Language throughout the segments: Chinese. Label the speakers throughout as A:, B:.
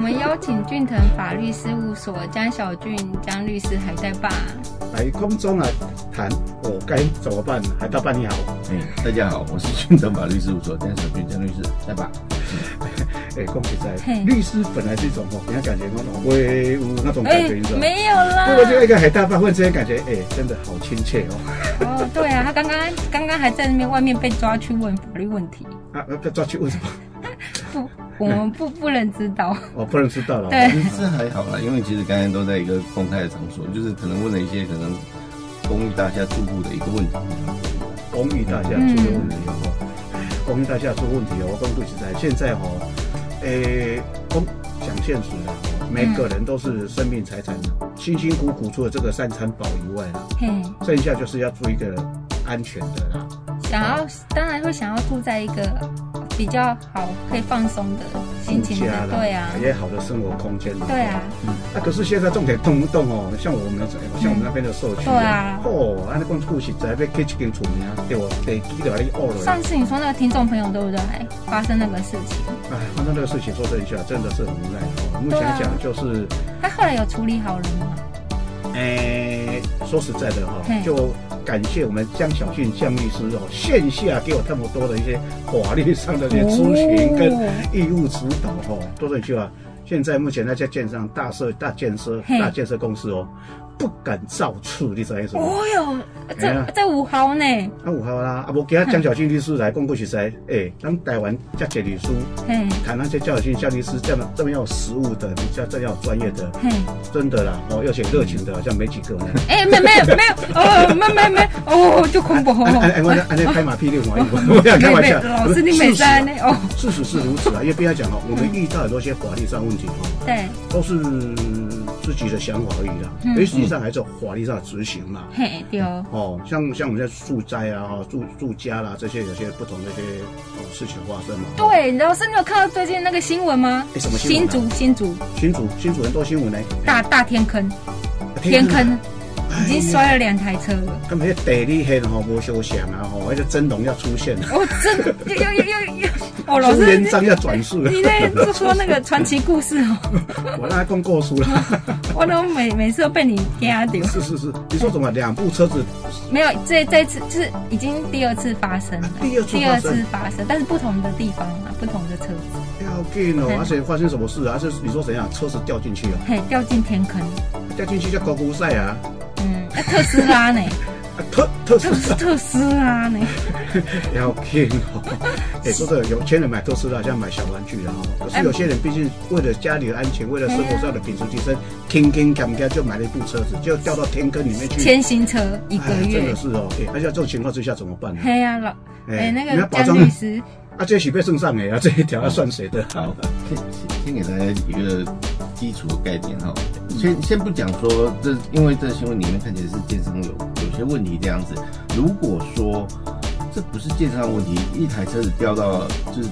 A: 们邀请俊腾法律事务所江小俊江律师还在吧？
B: 来空中来谈我该怎么办。海大爸你好，
C: 哎，大家好，我是俊腾法律事务所江小俊江律师，在吧？
B: 哎、恭喜在
A: 嘿
B: 律师本来是一种哦，给人家感觉那种威武那种感觉，你知道吗？
A: 哎没有啊啦
B: 不。过就一个海大爸忽然之间感觉，哎、真的好亲切哦。
A: 哦，对啊，他刚刚刚刚还在那边外面被抓去问法律问题，
B: 啊，不要抓去为什么？
A: 不， 我们不不能知道。
B: 我不能知道了。哦
A: 对
C: 其实还好啦，因为其实刚才都在一个公开的场所，就是可能问了一些可能公寓大厦住户的一个问题。
B: 公寓大厦出了问题哦，公寓大厦出问题哦，公路时代现在哦，诶、公讲现实啊，每个人都是生命财产，辛辛苦苦除了这个三餐饱以外啦，
A: 嘿，
B: 剩下就是要住一个安全的啦。
A: 想要当然会想要住在一个比较好可以放松的心情
B: 家
A: 的，
B: 啦，哎
A: 对啊，
B: 也好的生活空间啦。
A: 对啊，
B: 啊，可是现在重点动不动哦，像我们像我们那边的社区，
A: 对啊
B: 哦，啊那公故事在被开一间厝名，啊对我地基都把你凹了。
A: 上次你说那个听众朋友对不对？发生那个事情，
B: 哎，发生这个事情，说真一下，真的是很无奈哦。目
A: 对
B: 前
A: 啊
B: 讲就是，
A: 他后来有处理好了吗？
B: 诶、哎说实在的哈、
A: 嘿
B: 就感谢我们江小俊江律师哦，线下给我这么多的一些法律上的一些咨询跟
A: 哦
B: 义务指导哦。说真一句啊，现在目前那些建商大社大建设
A: 嘿
B: 大建设公司哦，不敢造次，你知道意思吗？
A: 哦哟，
B: 哎
A: 这
B: 呀
A: 这五豪呢？
B: 啊，有效啦！啊，无今仔江小俊律师来讲过实在，诶、咱台湾这些律师，
A: 嘿，
B: 谈那些江小俊江律师这么这么要有实务的，比较这么要有专业的，
A: 嘿，
B: 真的啦，哦，要写热情的，好像没几个呢。
A: 哎，没没没有，哦，没没没，哦，就恐怖。
B: 按按按我按那拍马屁另外一个，我想哎开玩笑。
A: 老师你每次按呢哦，
B: 事实是如此啊，因为不要讲哦，我们遇到很多些法律上问题哦，
A: 对，
B: 都是自己的想法而已啦，因为实际上还是有法律上的执行嘛。
A: 嘿，对哦，
B: 哦，像像我们在住宅啊、哈住住家啦、这些有些不同的一些哦事情发生嘛。哦，
A: 对，老师你有看到最近那个新闻吗？
B: 哎什么新
A: 新
B: 闻
A: 竹新竹
B: 新主新主很多新闻呢，
A: 大大天坑天坑，已
B: 哎
A: 经摔了两台车了。
B: 根本那地理黑吼无休想啊吼，那个真龙要出现了，
A: 哦，真的又又又又，哦，老
B: 朱
A: 师
B: 元
A: 你
B: 璋要转世了，
A: 你那就说那个传奇故事哦，
B: 我让他讲故事了。
A: 我都每每次都被你压掉。
B: 是是是，你说怎么两部车子
A: 没有，这这次就是已经第二次发生了，
B: 啊第二次发生
A: 次发生，但是不同的地方啊，不同的车子，
B: 要紧哦
A: 嗯，
B: 而且发生什么事啊？而且你说怎样，车子掉进去啊？
A: 嘿，掉进天坑，
B: 掉进去叫高估赛啊？
A: 嗯，那特斯拉 呢？
B: 啊特特斯
A: 特斯
B: 拉
A: 特斯拉呢？
C: 哎
B: 要紧哦。 哎，说真的有钱人买特斯拉，像买小玩具啊。哦可是有些人毕竟为了家里的安全，为了生活上的品质提升，天天干干就买了一部车子，就掉到天坑里面去。
A: 千行车一个
B: 哎真
A: 月
B: 的，是哦，哎，而且这种情况之下怎么办呢？
A: 嘿呀、老，哎、
B: 哎
A: 那
B: 你
A: 个
B: 要保
A: 江
B: 障
A: 律师，
B: 啊，这是被送上哎啊，这一条要算谁的？
A: 哦
C: 好，先先给大家一个基础的概念哈。先先不讲说这，因为这新闻里面看起来是建商有有些问题这样子。如果说这不是建商的问题，一台车子掉到就是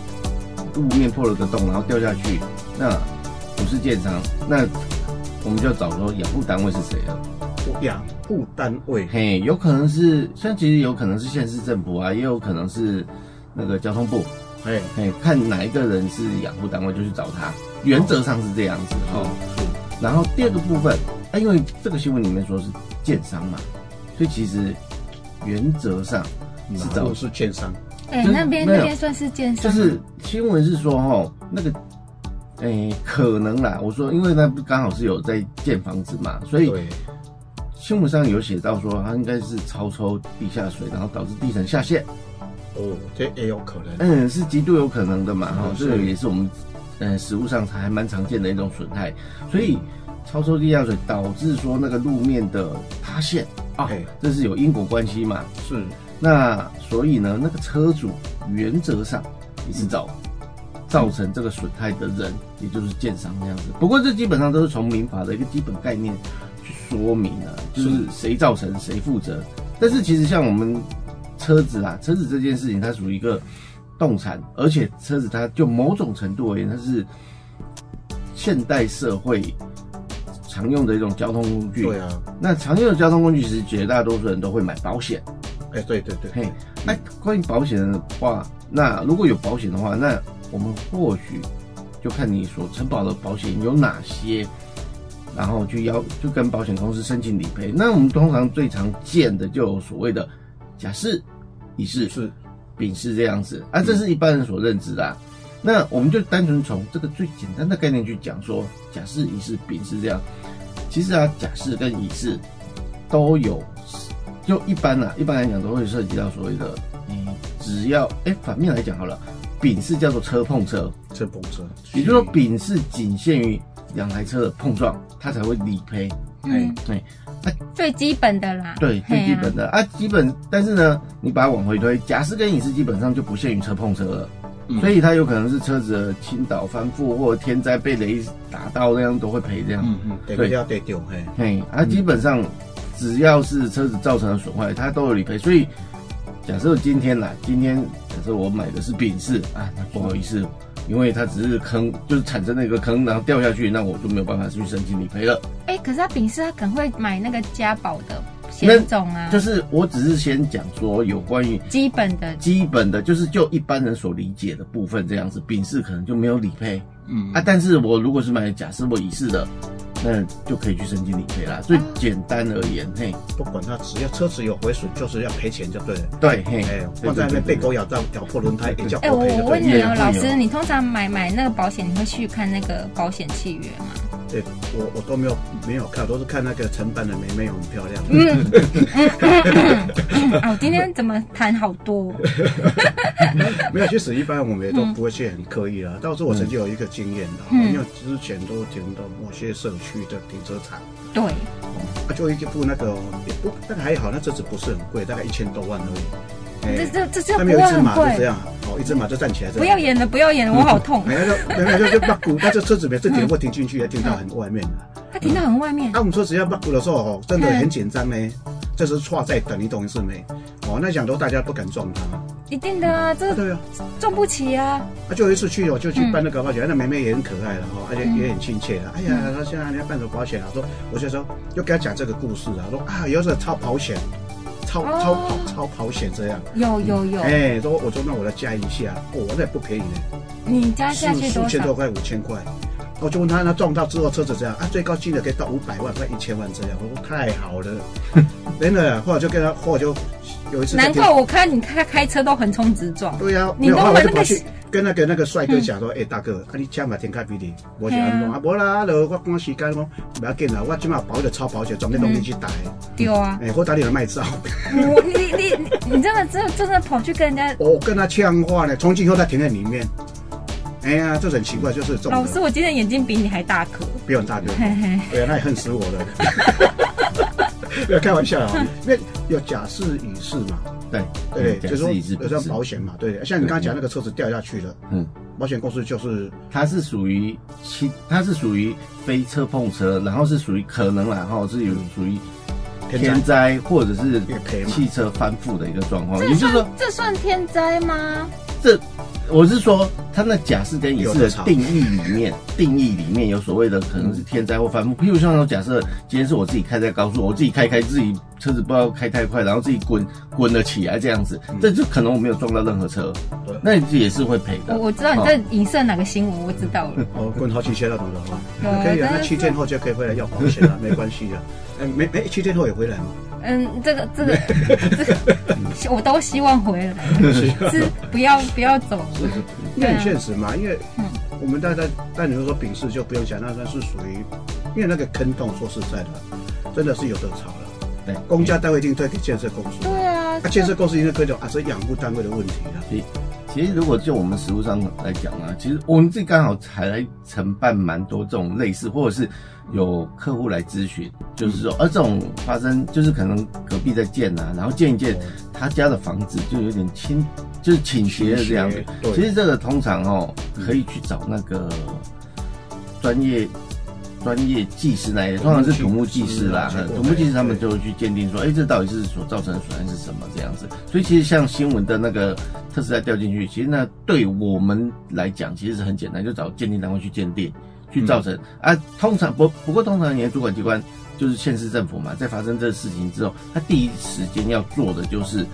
C: 路面破了个洞，然后掉下去，那不是建商，那我们就要找说养护单位是谁啊了。
B: 养护单位
C: 嘿，有可能是，像其实有可能是县市政府啊，也有可能是那个交通部。
B: 哎，
C: 哎，看哪一个人是养护单位就去找他，原则上是这样子哦。
B: 哦，
C: 然后第二个部分，啊，因为这个新闻里面说是建商嘛，所以其实原则上是
B: 是
C: 找
B: 都，是建商，
A: 哎、
C: 就是
A: 那边
C: 没有
A: 那边算是建商，
C: 就是新闻是说哦，那个，哎，可能啦，我说因为那不刚好是有在建房子嘛，
A: 嗯
C: 所以
B: 对，
C: 新闻上有写到说他应该是超抽地下水，然后导致地层下陷。
B: 哦，这也有可能，
C: 嗯，是极度有可能的嘛，哈、
B: 嗯
C: 这个
B: 是
C: 也是我们，嗯，食物上还蛮常见的一种损害，所以超抽地下水导致说那个路面的塌陷啊
B: 哎，
C: 这是有因果关系嘛。
B: 是
C: 那所以呢，那个车主原则上也是找造成这个损害的人，也就是建商这样子。不过这基本上都是从民法的一个基本概念去说明啊，就是
B: 是
C: 谁造成谁负责。但是其实像我们车子啊，车子这件事情它属于一个动产，而且车子它就某种程度而言，它是现代社会常用的一种交通工具。
B: 对啊，
C: 那常用的交通工具，其实绝大多数人都会买保险。
B: 哎，对对对，
C: 嘿，那关于保险的话，那如果有保险的话，那我们或许就看你所承保的保险有哪些，然后去要就跟保险公司申请理赔。那我们通常最常见的就有所谓的假释、乙释、
B: 是
C: 丙释这样子啊，这是一般人所认知的啊、那我们就单纯从这个最简单的概念去讲说，假释、乙释、丙释这样。其实啊，假释跟乙释都有，就一般啊，一般来讲都会涉及到所谓的，你只要哎，反面来讲好了，丙是叫做车碰车，
B: 这碰车，嗯
C: 也就是说丙是仅限于两台车的碰撞，它才会理赔。
A: 嗯，
C: 对，
A: 最基本的啦，
C: 哎对，最基本
A: 的，
C: 的啊，基本，但是呢，你把它往回推，假释跟乙释基本上就不限于车碰车了。
B: 嗯
C: 所以它有可能是车子的倾倒、翻覆或者天灾被雷打到那样都会赔这样。
B: 嗯嗯，得
C: 对
B: 比较得丢嘿，
C: 嘿，它、基本上只要是车子造成的损坏，它都有理赔。所以假设今天啦，今天假设我买的是丙式啊，那不好意思，因为它只是坑，就是产生了一个坑，然后掉下去，那我就没有办法去申请理赔了。
A: 哎、可是他丙是他可能会买那个家保的
C: 那
A: 险种
B: 嗯
A: 啊，
C: 就是是我只是先讲说有关于
A: 基本的，
C: 基本的，就是就一般人所理解的部分这样子，丙式可能就没有理赔。
B: 嗯
C: 啊，但是我如果是买假设我乙式的，那就可以去申请理赔啦。最简单而言，嘿，
B: 不管他，只要车子有毁损，就是要赔钱就对了。
C: 对，嘿，
B: 哎，
C: 对
B: 或在那边被。
C: 对对对
B: 狗咬到咬破轮胎也叫
A: 哎、
B: 狗
A: 我
B: 赔就
A: 我问
B: 对了。
A: 你哦、
C: 也
A: 老
C: 会
A: 师，
C: 有
A: 你通常买买那个保险，你会去看那个保险契 约吗？
B: 对，我我都没有没有看，我都是看那个承办的妹妹很漂亮。
A: 嗯啊，我今天怎么谈好多？
B: 没有，其实一般我们也都不会去很刻意啊啦。倒是我曾经有一个经验的，
A: 嗯
B: 因为之前都停到某些社区的停车场，
A: 对，
B: 啊，就一部那个也不，那个还好，那车子不是很贵，大概一千多万而已。
C: 哎
A: 这这这这
B: 上
A: 不
B: 面
A: 会
B: 有一只
A: 很
B: 马就这
A: 贵，
B: 样，哦，一只马就站起来这样。
A: 不要演了，不要演了，我好痛。
B: 没
C: 哎
B: 有就没有就就把鼓，但是车子每次停
A: 嗯
B: 会停进去，也停到很外面的。
A: 他停到很外面
B: 啊，，我们车子要把鼓的时候，哦，真的
A: 嗯
B: 很紧张呢。这是错在等，你懂意思没？哦，那想说大家不敢撞它。
A: 一定的啊，这嗯
B: 对啊，
A: 种不起啊。
B: 啊，就有一次去哦，就去办那个保险，那妹妹也很可爱了哈，而
A: 嗯
B: 且也很亲切了。哎呀，她现在你要办什么保险啊？说，我就说，就给她讲这个故事啊，说啊，有时候超跑险，超
A: 哦
B: 超跑超跑险这样。
A: 有有有，
B: 哎，说我说那我来加一下，哦，那也不便宜呢，
A: 你加
B: 四
A: 下去
B: 四
A: 多
B: 千
A: 少
B: 多？块，五千块。我就问他，那撞到之后车子这样啊，最高金额可以到五百万，快一千万这样。我说太好 了，真的。后来就跟他，后来就有一次在
A: 难
B: 电
A: 怪我看你开开车都横冲直撞。
B: 对呀、啊，
A: 你
B: 没有
A: 都
B: 啊，
A: 没
B: 我
A: 那个
B: 就
A: 嗯
B: 跑去跟那个那个帅哥讲说，哎、大哥，啊你加嘛天开比你，我想安
A: 嘿
B: 弄
A: 啊
B: 啊，无啦，就我赶时间讲，不要紧啦，我即马保的超保险，专门拢你去打的，
A: 丢啊！
B: 哎、我打你的卖 照，
A: 我你你你你你真的真的真的跑去跟人家
B: 我跟他呛话呢，从今以后他停在里面，哎呀，这很奇怪，就是这种
A: 老师，
B: 人
A: 我今天眼睛比你还大颗。
B: 比我很大哥，
A: 嘿嘿，
B: 对啊，那也恨死我了，没有开玩笑啊，因为有假释乙释嘛，
C: 对
B: 对
C: 嗯
B: 不对，
C: 假
B: 就
C: 设乙
B: 是
C: 是
B: 说有
C: 丙
B: 像
C: 式
B: 保险嘛，对，像你刚才讲那个车子掉下去了，
C: 嗯，
B: 保险公司就是
C: 它是属于其，它是属于非车碰车，然后是属于可能然后是有属于
B: 天
C: 天灾或者是
B: 也赔嘛
C: 汽车翻覆的一个状况。也
A: 这
C: 就是说，
A: 算这算天灾吗？
C: 这我是说，它那假释跟乙
B: 有
C: 式
B: 的
C: 的
B: 吵
C: 定义里面，定义里面有所谓的可能是天灾或翻覆。譬如像说，假设今天是我自己开在高速，我自己开开自己车子不知道开太快，然后自己滚滚了起来这样
B: 嗯
C: 子，这就可能我没有撞到任何车
B: 对，
C: 那也是会赔
A: 我
C: 的。
A: 我知道你
C: 哦
A: 在影射哪个新闻，我知道 了。
B: 哦，滚好几千那种的话，
A: 有
B: 可以啊，
A: 但
B: 那
A: 是
B: 七天后就可以回来要保险了，没关系的。哎，没哎，七天后也回来吗？
A: 嗯，这个这个这个， 我都希望回 来，是不要不要走。
B: 因为很现实嘛，因为我们大家，但你如说丙式就不用讲，那那是属于，因为那个坑洞，说实在的，真的是有的吵了。
C: 对，
B: 公家单位一定推给建设公司，
A: 对啊，
B: 啊，建设公司因为推掉啊，是养护单位的问题啊了。
C: 其实，如果就我们实务上来讲啊，其实我们这刚好才承办蛮多这种类似，或者是有客户来咨询，就是说，而这种发生就是可能隔壁在建啊，然后建一建，他家的房子就有点倾，就是倾斜的这样子
B: 倾斜对。
C: 其实这个通常哦，可以去找那个专业。专业技师来，通常是土木技师啦，
B: 嗯
C: 嗯
B: 土木技师啊
C: 土木技师他们就会去鉴定说，哎、这到底是所造成的损害是什么这样子。所以其实像新闻的那个特斯拉掉进去，其实那对我们来讲其实是很简单，就找鉴定单位去鉴定，去造成、啊。通常不不过通常你的主管机关就是县市政府嘛，在发生这事情之后，他第一时间要做的就是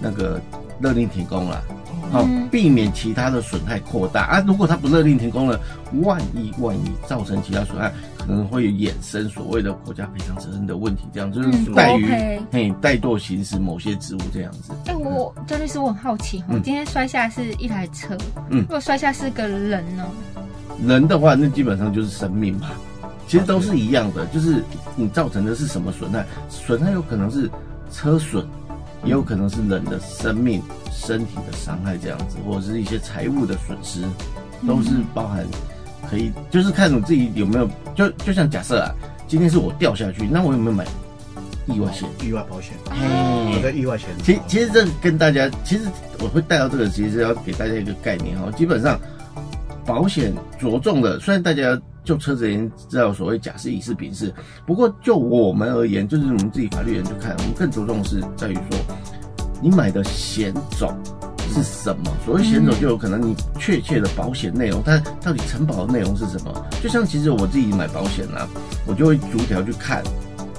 C: 那个勒令停工啦。
A: 嗯
C: 好、哦避免其他的损害扩大啊。如果它不勒令停工了，万一万一造成其他损害，可能会衍生所谓的国家赔偿责任的问题，这样就是
A: 嗯
C: 怠于
A: 国赔
C: 嘿怠惰行使某些职务这样子。
A: 哎、我郑律师，我很好奇哦，
C: 嗯
A: 今天摔下是一台车，
C: 嗯
A: 如果摔下是个人呢？
C: 人的话，那基本上就是生命嘛，其实都是一样的，就是你造成的是什么损害，损害有可能是车损，也有可能是人的生命、身体的伤害这样子，或者是一些财务的损失，都是包含可以，就是看你自己有没有，就就像假设啊，今天是我掉下去，那我有没有买意外险？
B: 意外保险，
C: 嘿
B: 我的意外险。
C: 嗯其其实这跟大家，其实我会带到这个，其实是要给大家一个概念哦哈。基本上，保险着重的，虽然大家就车子而言知道所谓甲是乙是丙是，不过就我们而言，就是我们自己法律人去看，我们更着重的是在于说，你买的险种是什么？所谓险种，就有可能你确切的保险内容，它到底承保的内容是什么？就像其实我自己买保险啊，我就会逐条去看，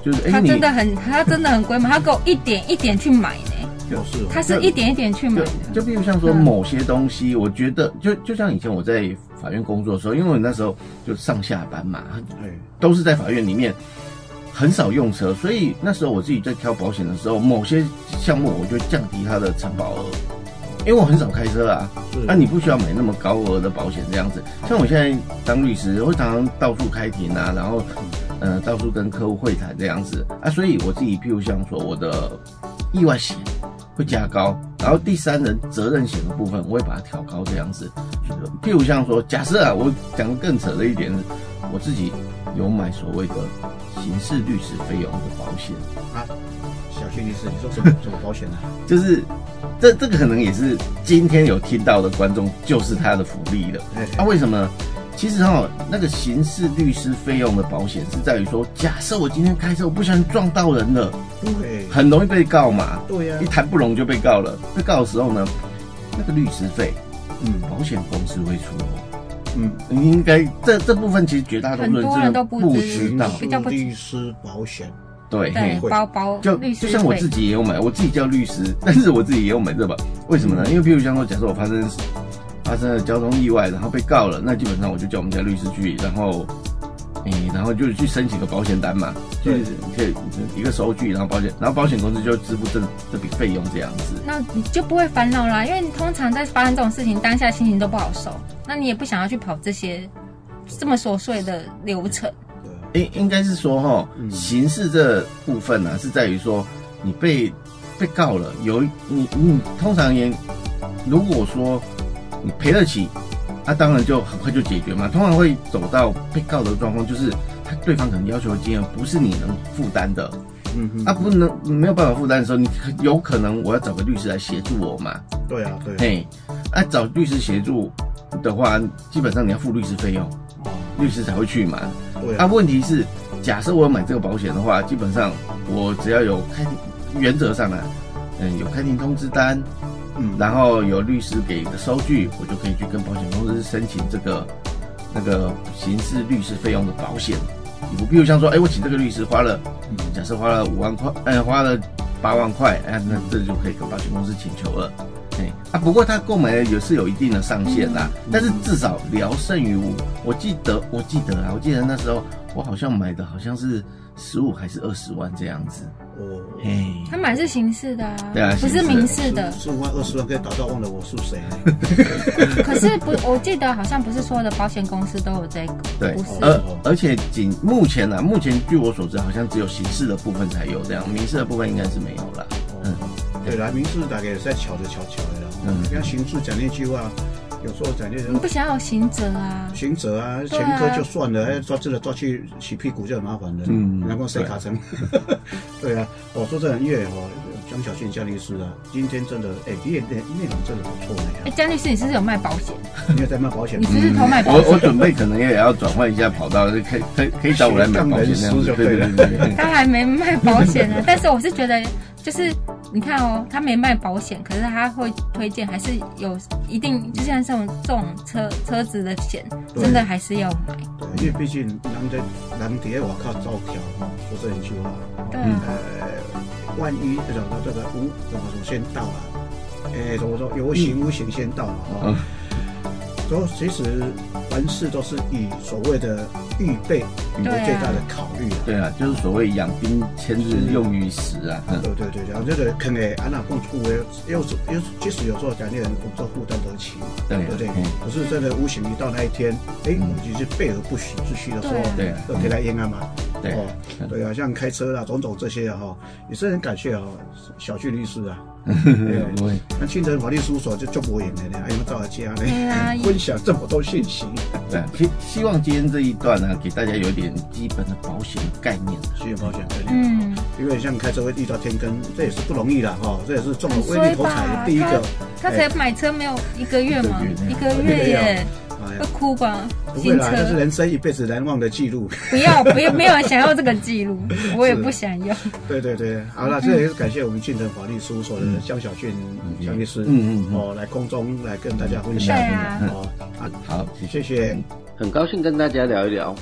C: 就是哎、
A: 他
C: 你
A: 真的很，他真的很贵吗？他给我一点一点去买呢，
B: 有是哦，
A: 他是一点一点去买
C: 就
A: 的。
C: 就比如像说
A: 嗯
C: 某些东西，我觉得就就像以前我在法院工作的时候，因为我那时候就上下班嘛，
B: 哎，
C: 都是在法院里面，很少用车，所以那时候我自己在挑保险的时候，某些项目我就降低它的承保额，因为我很少开车啊，
B: 是
C: 那、你不需要买那么高额的保险这样子。像我现在当律师，我会常常到处开庭啊，然后呃到处跟客户会谈这样子啊，所以我自己譬如像说我的意外险会加高，然后第三人责任险的部分我会把它调高这样子。譬如像说，假设啊，我讲的更扯的一点，我自己有买所谓的刑事律师费用的保险，
B: 啊，小心律师，你说什 么什么保险啊呢？
C: 就是这这个可能也是今天有听到的观众就是他的福利了。
B: 哎，
C: 啊，为什么呢？其实哈、那个刑事律师费用的保险是在于说，假设我今天开车我不小心撞到人了，
B: 对
C: 很容易被告嘛，
B: 对啊呀
C: 一，谈不拢就被告了。被告的时候呢，那个律师费
B: 嗯
C: 保险公司会出哦。
B: 嗯，
C: 应该这这部分其实绝大多数
A: 很多人
C: 真
A: 都
C: 的
A: 不
C: 不
A: 知
C: 知道，
A: 比较不
B: 律师保险，
C: 对，
A: 对
C: 嘿，
B: 会
A: 包包
C: 就
A: 律
C: 就
A: 师
C: 像我
A: 费
C: 自己也有买，我自己叫律师， 但是我自己也有买这保，为什么
A: 嗯
C: 呢？因为譬如像说，假设我发生发生了交通意外，然后被告了，那基本上我就叫我们家律师去，然后，诶、然后就去申请个保险单嘛，就
B: 对
C: 是可以一个收据，然后保险，然后保险公司就支付这这笔费用这样子。
A: 那你就不会烦恼啦，因为你通常在发生这种事情，当下心情都不好受，那你也不想要去跑这些这么琐碎的流程。
B: 对，
C: 应应该是说哈
B: 嗯，
C: 刑事这部分呢、啊、是在于说你被被告了，有一你你通常也如果说你赔得起，那、当然就很快就解决嘛。通常会走到被告的状况，就是他对方可能要求的金额不是你能负担的，
B: 嗯哼
C: 啊，不能没有办法负担的时候，你有可能我要找个律师来协助我嘛。
B: 对啊，对啊，
C: 嘿，啊，找律师协助的话，基本上你要付律师费用，
B: 哦
C: 律师才会去嘛。
B: 对
C: 啊，
B: 啊，
C: 问题是，假设我有买这个保险的话，基本上我只要有开庭，原则上啊，嗯，有开庭通知单，
B: 嗯，
C: 然后有律师给的收据，我就可以去跟保险公司申请这个那个刑事律师费用的保险。我比如像说，哎、我请这个律师花了，假设花了五万块，哎、花了八万块，哎、那这就可以跟保险公司请求了。哎啊，不过他购买的也是有一定的上限啦，但是至少聊胜于无。我记得，我记得啊，我记得那时候我好像买的好像是十五还是二十万这样子。
B: 我
C: 嘿，
A: 他买是刑事的啊，
C: 对啊
A: 不是
C: 刑事的
A: 民事的。
B: 十五万二十万可以打到忘了我是谁，啊
A: 可是不， 我记得好像不是所有的保险公司都有这个，
C: 对呃
A: 不是，
C: 而而且仅目前呢、啊，目前据我所知，好像只有刑事的部分才有这样，民事的部分应该是没有了。 嗯
B: 哦对啦，民事大概也是在巧着巧巧的啦，
C: 嗯
B: 哦像刑事讲那句话，有时候讲那
A: 你
B: 种
A: 不想要有刑责啊？
B: 刑责啊，
A: 对
B: 前
A: 啊
B: 科就算了，还哎抓这个抓去洗屁股就很麻烦了。
C: 嗯
B: 然后塞卡层， 对啊，我说这很越哦，江小倩江律师啊，今天真的，哎，你也内内容真的不错
A: 哎，
B: 呢，
A: 江律师，你是不是有卖保险？
B: 你也在卖保险嗯
A: 你，是不是偷卖保
C: 嗯我我
A: 险？
C: 准备可能也要转换一下跑道，可以可以可以找我来买保险这样子。对对对对对。
A: 他还没卖保险 呢，但是我是觉得，就是你看哦，他没卖保险，可是他会推荐，还是有一定，就像这种这种车车子的险，
B: 对
A: 真的还是要买。
B: 对因为毕竟人在人在外靠造条哈，说这一句话，
A: 对啊
B: 呃，万一这种这个无这个乳腺到了，诶、怎么说有形无形先到嘛哈。
C: 嗯
B: 所以其实凡事都是以所谓的预备为最大的考虑啊。
C: 对啊，就是所谓养兵千日，用于时啊。嗯
B: 对对对，然后这个可能啊安娜共处为，又是又是即使有时候两个人我们都负担得起嘛，
C: 对啊
B: 不对
C: 嗯？
B: 可是真的无形一到那一天，哎，我们就是备而不虚之需的时候，
C: 对啊
B: 要给他应啊嘛。
C: 对
B: 哦，对啊，像开车啦，种种这些啊哈，也是很感谢啊，小巨律 师啊，
C: 不会，
B: 那清城法律事务所就就不赢了呢，还有到了家
A: 对 啊
B: 呢，分享这么多信息，
C: 对啊，希希望今天这一段呢，给大家有点基本的保险概念。
B: 是有保险概念。
A: 嗯，
B: 因为像开车会遇到天坑，这也是不容易啦，哈、这也是中了
A: 很
B: 威
A: 衰
B: 力头彩
A: 吧
B: 的第一个。哎
A: 他才买车没有一个月嘛，
C: 一
A: 一
C: 个
A: 个
B: 月
A: 月耶，
B: 哎
A: 会
B: 呀，
A: 哭吧？
B: 不会
A: 新
B: 啦，这是
A: 车
B: 人生一辈子难忘的记录。
A: 不要不要，没有人想要这个记录，我也不想要。
B: 对对对，好了，这也是感谢我们晋城法律事务所的江小俊江律师，
C: 嗯嗯嗯
B: 哦，来空中来跟大家分享，
A: 对啊
B: 哦，啊，
C: 好，谢谢。
B: 谢谢。
D: 很高兴跟大家聊一聊。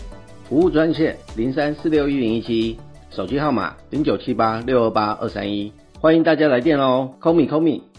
D: 服务专线零三四六一零一七一，手机号码零九七八六二八二三一，欢迎大家来电哦。Call me, call me。